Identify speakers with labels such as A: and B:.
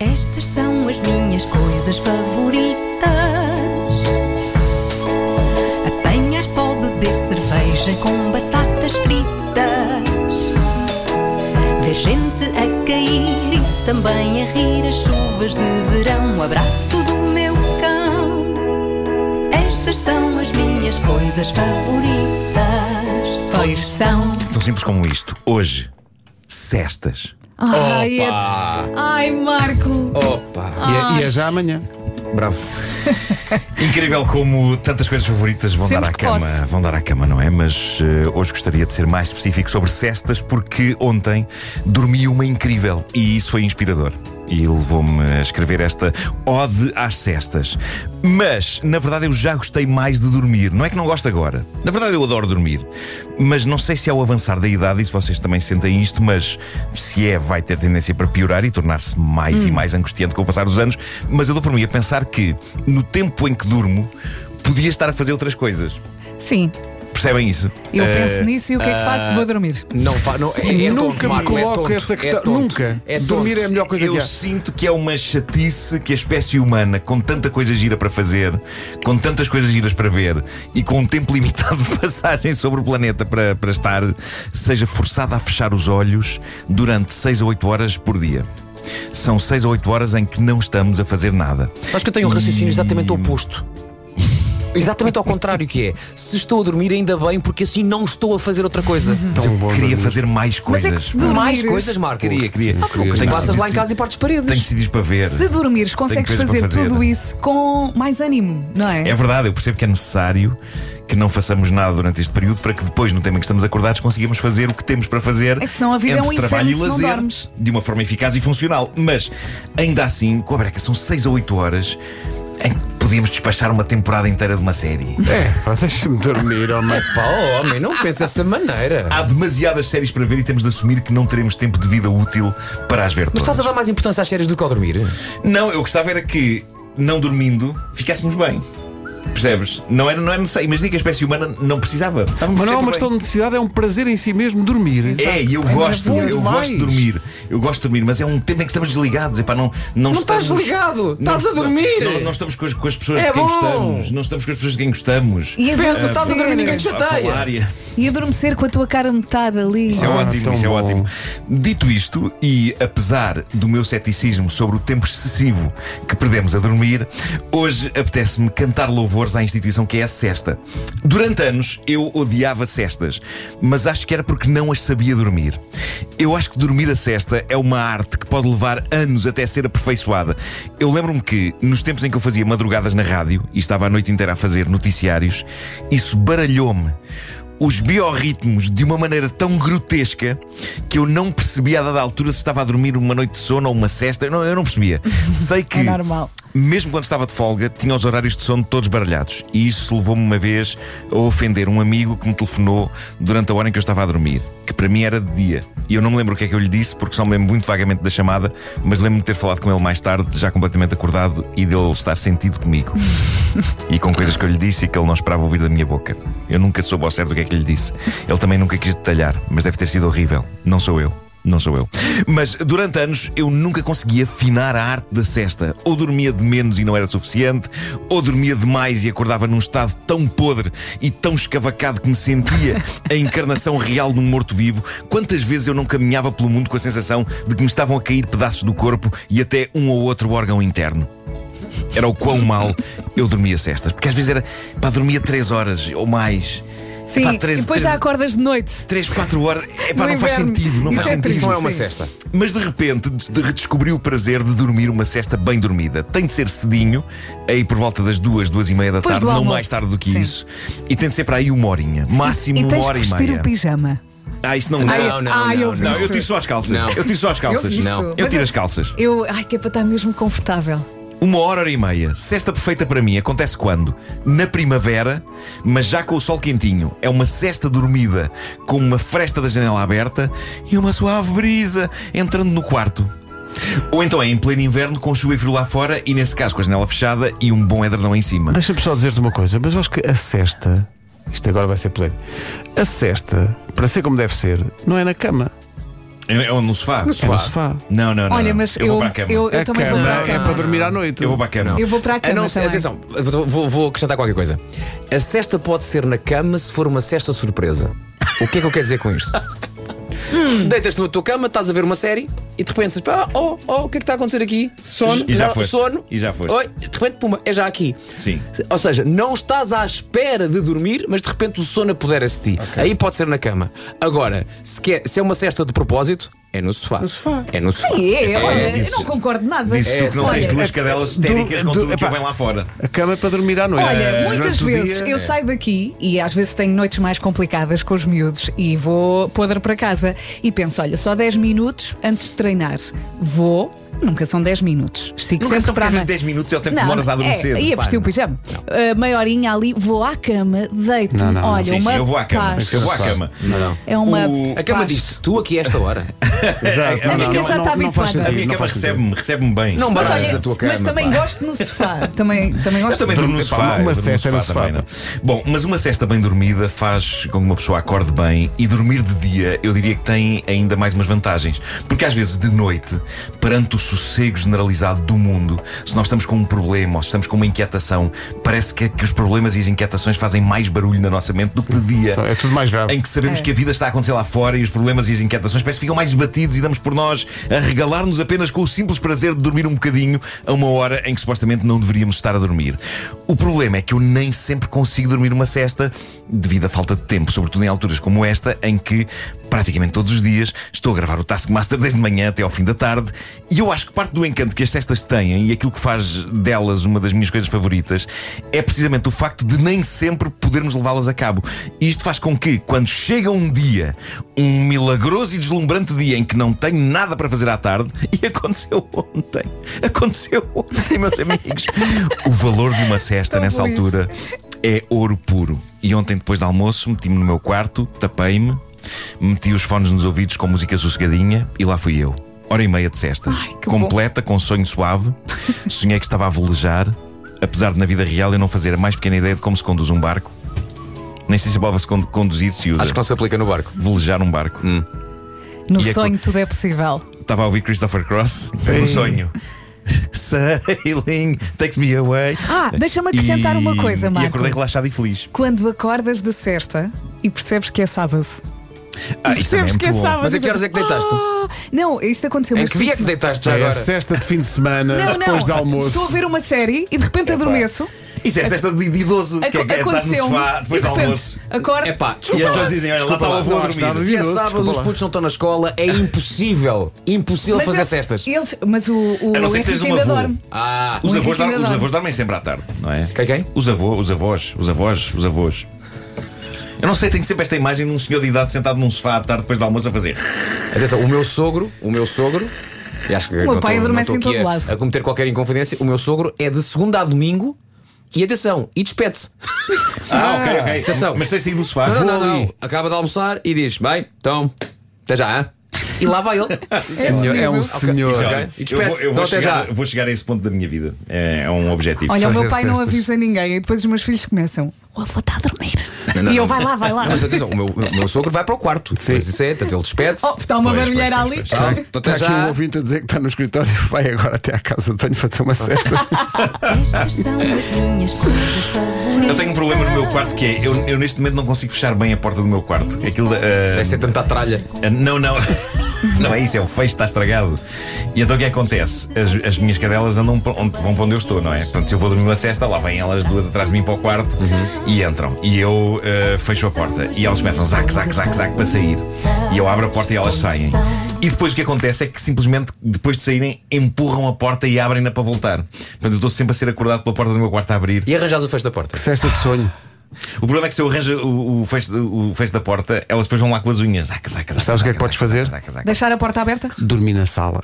A: Estas são as minhas coisas favoritas: apanhar só, beber cerveja com batatas fritas, ver gente a cair e também a rir as chuvas de verão. O abraço do meu cão. Estas são as minhas coisas favoritas. Pois são.
B: Tão simples como isto. Hoje, cestas.
C: Ai, é-
D: Opa!
C: Ai, Marco!
D: Opa!
E: E é- E, é já amanhã.
B: Bravo. Incrível como tantas coisas favoritas vão
C: Sempre
B: dar à
C: que
B: cama,
C: posso.
B: vão dar à cama, não é? Mas eh, hoje gostaria de ser mais específico sobre cestas porque ontem dormi uma incrível e isso foi inspirador. E levou-me a escrever esta ode às cestas. Mas, na verdade, eu já gostei mais de dormir. Não é que não gosto agora. Na verdade, eu adoro dormir. Mas não sei se ao avançar da idade, e se vocês também sentem isto, mas se é, vai ter tendência para piorar e tornar-se mais e mais angustiante com o passar dos anos. Mas eu dou por mim a pensar que, no tempo em que durmo, podia estar a fazer outras coisas.
C: Sim,
B: Percebem isso?
C: eu
B: Eh,
C: penso nisso e o que é que
B: ah,
C: faço? Vou dormir.
D: Não, fa- não é, é tonto,
E: nunca me
D: Marco, é
E: coloco
D: tonto,
E: essa
D: é
E: questão.
D: tonto,
E: nunca.
D: É tonto.
E: Dormir é a melhor coisa
B: eu
E: que há.
B: sinto que é uma chatice que a espécie humana, com tanta coisa gira para fazer, com tantas coisas giras para ver e com um tempo limitado de passagem sobre o planeta para, para estar, seja forçada a fechar os olhos durante 6 a 8 horas por dia. São 6 a 8 horas em que não estamos a fazer nada.
D: Sabes que eu tenho um raciocínio exatamente oposto. Exatamente ao contrário que é. Se estou a dormir, ainda bem, porque assim não estou a fazer outra coisa.
E: Tão bom
B: Queria
E: dormir.
B: fazer mais
C: Mas é que
B: coisas.
C: se dormires,
D: Mais coisas, Marco.
B: Queria, queria. Tenho
D: Passas lá em
B: sítios-
D: casa e partes paredes.
B: Tenho sítios para ver.
C: se dormires, consegues
B: coisas
C: fazer,
B: para fazer.
C: tudo isso com mais ânimo, não é?
B: É verdade, eu percebo que é necessário que não façamos nada durante este período para que depois, no tempo em que estamos acordados, consigamos fazer o que temos para fazer
C: É que senão a vida é
B: entre
C: um inferno
B: trabalho e
C: se não
B: lazer
C: dormes.
B: de uma forma eficaz e funcional. Mas ainda assim, com a breca, são 6 ou 8 horas em que podíamos despachar uma temporada inteira de uma série.
E: É, pá, deixa-me dormir, homem.
D: Pá, homem, não pensa dessa maneira.
B: Há demasiadas séries para ver e temos de assumir que não teremos tempo de vida útil para as ver
D: Mas
B: todas.
D: estás a dar mais importância às séries do que ao dormir?
B: Não, eu gostava era que, não dormindo, ficássemos bem. Percebes? Não era, não era necessário. Imagina que a espécie humana não precisava. Estávamos
E: Mas não é
B: sempre
E: uma
B: bem.
E: questão de necessidade, é um prazer em si mesmo dormir.
B: É, e eu
E: Ai,
B: gosto,
E: maravilha,
B: eu
E: mais.
B: gosto de dormir. Eu gosto de dormir, mas é um tempo em que estamos desligados. Epá, não, não,
D: Não estás
B: estamos-
D: ligado,
B: não-
D: estás a
B: não-
D: dormir.
B: Não, não estamos com as, com as pessoas
D: É
B: de quem
D: bom.
B: gostamos. Não estamos com as pessoas de quem gostamos.
C: E
D: Pensa,
C: adormecer.
D: estás a dormir, ninguém te
B: A- a
D: chateia.
B: falar e a-
C: E adormecer com a tua cara metade ali.
B: Isso é
E: Ah,
B: ótimo,
E: tão
B: isso é
E: bom.
B: ótimo. Dito isto, e apesar do meu ceticismo sobre o tempo excessivo que perdemos a dormir, hoje apetece-me cantar louvores à instituição que é a cesta. Durante anos eu odiava cestas, mas acho que era porque não as sabia dormir. Eu acho que dormir a cesta é uma arte que pode levar anos até ser aperfeiçoada. Eu lembro-me que, nos tempos em que eu fazia madrugadas na rádio e estava a noite inteira a fazer noticiários, isso baralhou-me os biorritmos de uma maneira tão grotesca que eu não percebia a dada altura se estava a dormir uma noite de sono ou uma cesta. Eu não, eu não percebia. Sei que.
C: É normal.
B: Mesmo quando estava de folga, tinha os horários de sono todos baralhados. E isso levou-me uma vez a ofender um amigo que me telefonou durante a hora em que eu estava a dormir, que para mim era de dia. E eu não me lembro o que é que eu lhe disse, porque só me lembro muito vagamente da chamada, mas lembro-me de ter falado com ele mais tarde, já completamente acordado, e dele estar sentido comigo. e com coisas que eu lhe disse e que ele não esperava ouvir da minha boca. Eu nunca soube ao certo o que é que lhe disse. Ele também nunca quis detalhar, mas deve ter sido horrível. Não sou eu. Não sou eu. Mas durante anos eu nunca conseguia afinar a arte da cesta. Ou dormia de menos e não era suficiente, ou dormia demais e acordava num estado tão podre e tão escavacado que me sentia a encarnação real de um morto-vivo. Quantas vezes eu não caminhava pelo mundo com a sensação de que me estavam a cair pedaços do corpo e até um ou outro órgão interno era o quão mal eu dormia cestas. Porque às vezes era, pá, dormia 3 horas ou mais.
C: Sim,
B: Epá, três-
C: e depois já
B: três-
C: acordas de noite.
B: 3, 4 horas, epá,
C: No
B: não faz
C: inverno.
B: sentido, não
C: Isso
B: faz
C: é
B: sentido.
C: triste,
D: Isto não é uma
C: sim.
D: cesta.
B: Mas de repente de- de- redescobri o prazer de dormir uma cesta bem dormida. Tem de ser cedinho, aí por volta das duas, duas e meia da
C: Depois
B: tarde,
C: do
B: não
C: almoço.
B: mais tarde do que
C: Sim.
B: isso. E tem de ser para aí uma horinha, máximo
C: e
B: uma
C: tens
B: hora
C: que
B: e
C: vestir
B: meia.
C: o pijama.
B: Ah, isso não dá.
C: Ai,
D: Não, não,
C: ai, eu
D: não,
C: vi
B: Não,
C: isto.
B: eu tiro só as calças.
D: Não.
B: Eu tiro só as calças.
C: vi isto.
B: Não. Eu
C: Mas
B: tiro as calças.
C: Eu, ai, que é para estar mesmo confortável.
B: Uma hora, hora e meia. Cesta perfeita para mim acontece quando? Na primavera, mas já com o sol quentinho. É uma cesta dormida com uma fresta da janela aberta e uma suave brisa entrando no quarto. Ou então é em pleno inverno com chuva e frio lá fora e nesse caso com a janela fechada e um bom edredão em cima.
E: Deixa-me só dizer-te uma coisa, mas eu acho que a cesta, isto agora vai ser pleno, a cesta, para ser como deve ser, não é na cama.
B: É onde no sofá?
D: No
E: É
D: sofá.
E: no sofá.
B: Não, não, não.
C: Olha,
B: não.
C: mas
B: eu, vou para a cama.
C: eu, eu
E: a
C: também vou
E: cama
C: para a
E: é
C: cama.
E: para dormir à noite.
B: Eu vou para a cama.
C: Eu vou para a
D: A
C: cama
D: É, não ser,
C: também.
D: atenção, vou, vou- vou acrescentar qualquer coisa. A cesta pode ser na cama se for uma cesta surpresa. O que é que eu quero dizer com isto?
C: Hum.
D: Deitas-te na tua cama, estás a ver uma série e de repente dizes, "Ah, oh, oh, o que é que está a acontecer aqui? Sono,
B: E já
D: não,
B: foste.
D: sono.
B: E já foste.
D: Oi, de repente, puma, é já aqui.
B: Sim.
D: Ou seja, não estás à espera de dormir, mas de repente o sono apodera-se de ti. Aí pode ser na cama. Agora, se, quer, se é uma cesta de propósito, é no sofá. No sofá. É no sofá.
C: É, olha, eu
B: disse-
C: não concordo nada.
B: Disse tu que não
C: olha,
E: é,
B: tens duas cadelas histéricas
E: do-
B: com tudo
E: do-
B: o que
E: epá.
B: vem lá fora.
E: A cama é para dormir à noite.
C: Olha,
E: Eh,
C: muitas
E: durante o
C: vezes
E: dia-
B: é.
C: eu saio daqui e às vezes tenho noites mais complicadas com os miúdos e vou podre para casa e penso, olha, só 10 minutos antes de treinar. Vou, nunca são 10 minutos. Estico
B: Nunca
C: sempre
B: são
C: para
B: porque às vezes
C: a ma-
B: 10 minutos é o tempo que demoras a adormecer.
C: É, ia
B: Pá,
C: vestir o
B: não.
C: pijama. Uh, meia horinha ali, vou à cama, deito-me.
E: Não, não, não.
C: Olha,
B: Sim,
C: uma
B: sim, eu vou à cama.
C: paz.
B: Eu vou à cama.
C: É uma
B: O-
D: A cama
C: paz.
D: diz tu aqui a esta hora.
E: Exato.
C: A minha já está
E: não faz
C: habituada.
E: sentido,
B: A minha
E: não
B: cama
E: faz sentido.
B: recebe-me, recebe-me bem.
D: Não
B: Se
D: basta
B: calhar.
D: Olha, a tua
C: mas
D: cama,
C: também
D: pá.
C: gosto no sofá. Também, também
B: Eu
C: gosto.
B: também durmo no
E: Epá,
B: sofá.
E: uma
B: eu durmo no
E: cesta é no sofá,
B: também,
E: pá.
B: não. é? Bom, mas uma cesta bem dormida faz com que uma pessoa acorde bem e dormir de dia eu diria que tem ainda mais umas vantagens. Porque às vezes de noite, perante o sossego generalizado do mundo, se nós estamos com um problema ou se estamos com uma inquietação, parece que, é que os problemas e as inquietações fazem mais barulho na nossa mente do que de dia.
E: Só- É tudo mais grave.
B: Em que sabemos que a vida está a acontecer lá fora e os problemas e as inquietações parece que ficam mais esbatidos e damos por nós a regalar-nos apenas com o simples prazer de dormir um bocadinho a uma hora em que supostamente não deveríamos estar a dormir. O problema é que eu nem sempre consigo dormir uma cesta devido à falta de tempo, sobretudo em alturas como esta, em que praticamente todos os dias estou a gravar o Taskmaster desde de manhã até ao fim da tarde e eu acho que parte do encanto que as cestas têm e aquilo que faz delas uma das minhas coisas favoritas é precisamente o facto de nem sempre podermos levá-las a cabo. E isto faz com que, quando chega um dia, um milagroso e deslumbrante dia em que não tenho nada para fazer à tarde, e aconteceu ontem, aconteceu ontem, meus amigos, o valor de uma cesta
C: Tão
B: nessa
C: feliz.
B: altura é ouro puro. E ontem, depois do almoço, meti-me no meu quarto, tapei-me, meti os fones nos ouvidos com música sossegadinha e lá fui eu. Hora e meia de cesta.
C: Ai, que bom.
B: completa, com sonho suave. Sonhei que estava a velejar, apesar de na vida real eu não fazer a mais pequena ideia de como se conduz um barco. Nem sei se a palavra se con- conduzir se usa.
E: é.
D: Acho que não Hum. se aplica no barco.
B: Velejar um barco.
C: No
B: E é
C: sonho tudo é possível.
B: Estava a ouvir Christopher Cross no sonho. Sailing takes me away.
C: Ah, deixa-me acrescentar
B: E-
C: uma coisa,
B: E
C: Marco.
B: acordei relaxado e feliz.
C: Quando acordas de cesta e percebes que é sábado.
B: Ah, isto também
C: percebes que é
B: muito bom.
C: sábado.
D: Mas a que
C: e
D: horas é que deitaste?
C: "Ah!" não, isto aconteceu.
D: Em
C: este
D: que dia
C: fim
D: é que
C: de
D: deitaste já
E: É a
D: agora?
E: cesta de fim de semana,
C: semana.
E: depois de
C: não, não.
E: almoço.
C: Estou a ver uma série e de repente adormeço.
B: Isso é cesta de de idoso. Que é que é, estás no
C: aconteceu.
B: sofá
C: e
B: depois
C: de
B: do
C: repente
B: almoço.
C: acordo.
D: É pá,
B: E as pessoas
D: desculpa.
B: dizem: Olha, lá está o avô
E: lá
B: a
E: está,
B: dormir.
E: diz-
D: Se é
E: Minutos,
D: sábado,
E: desculpa
D: os
E: lá.
D: putos não estão na escola, é impossível. impossível fazer
C: eles-
D: cestas.
C: eles- mas o, o
B: A não ser que
C: Henrique
B: sejas um
C: ainda
B: avô.
C: dorme.
D: Ah,
B: Os
C: Muito
B: avós, dormem, os
C: intimidante.
B: avós dormem sempre à tarde, não é?
D: Quem, quem?
B: Os avós, os avós, os avós, os avós. Eu não sei, tenho sempre esta imagem de um senhor de idade sentado num sofá à tarde depois do almoço a fazer.
D: atenção, o meu sogro, o meu sogro. E acho que
C: meu
D: não
C: pai
D: estou-
C: adormece
D: não estou
C: em todo
D: aqui a,
C: lado.
D: a cometer qualquer inconfidência. O meu sogro é de segunda a domingo e atenção, e despede-se.
B: Ah, ok, ok.
D: atenção.
B: Mas sem sair do
E: Ah,
B: sofá.
D: não, não,
B: Vou
D: não,
B: ali.
D: não. Acaba de almoçar e diz: bem, então, até já, hã? E lá vai ele.
E: Senhor, é um
C: Ok.
E: senhor.
B: Isso é
D: Ok.
B: ótimo.
D: E
B: Eu, vou,
D: despede-se.
B: eu vou
D: Então, até
B: chegar,
D: já.
B: vou chegar a esse ponto da minha vida. É, é um objetivo.
C: Olha, o meu
E: Fazer
C: pai não
E: cestas.
C: avisa ninguém e depois os meus filhos começam. O avô está a dormir. e eu, vai lá, vai lá.
D: Não, mas atenção, o meu, o meu sogro vai para o quarto. Mas isso é, portanto, ele despede-se.
C: Oh, está uma
B: Pois, pois,
C: barulheira
B: pois,
C: ali.
B: pois,
D: Tá, então, até
E: Está aqui um
D: já.
E: ouvinte a dizer que está no escritório, vai agora até à casa de banho fazer uma cesta.
A: Estas são as minhas coisas favoritas.
B: Eu tenho um problema no meu quarto que é: eu, eu neste momento não consigo fechar bem a porta do meu quarto. Aquilo. da- ah,
D: Deve ser tanta tralha.
B: Ah, Não, não. Não é isso, é o fecho está estragado. E então o que é que acontece? As, as minhas cadelas andam para onde, vão para onde eu estou, não é? Portanto, se eu vou dormir uma cesta, lá vêm elas duas atrás de mim para o quarto e entram. E eu ah, fecho a porta. E elas começam zac, zac, zac, zac para sair. E eu abro a porta e elas saem. E depois o que acontece é que simplesmente, depois de saírem, empurram a porta e abrem-na para voltar. Portanto, eu estou sempre a ser acordado pela porta do meu quarto a abrir.
D: E arranjas o fecho da porta.
E: Cesta de sonho.
B: O problema é que se eu arranjo o, o fecho, o fecho da porta, elas depois vão lá com as unhas. Zac, zac, zac,
E: Sabes o que é que
B: zac,
E: podes
B: zac,
E: fazer?
B: zac, zac, zac.
C: Deixar a porta aberta?
E: Dormir na sala.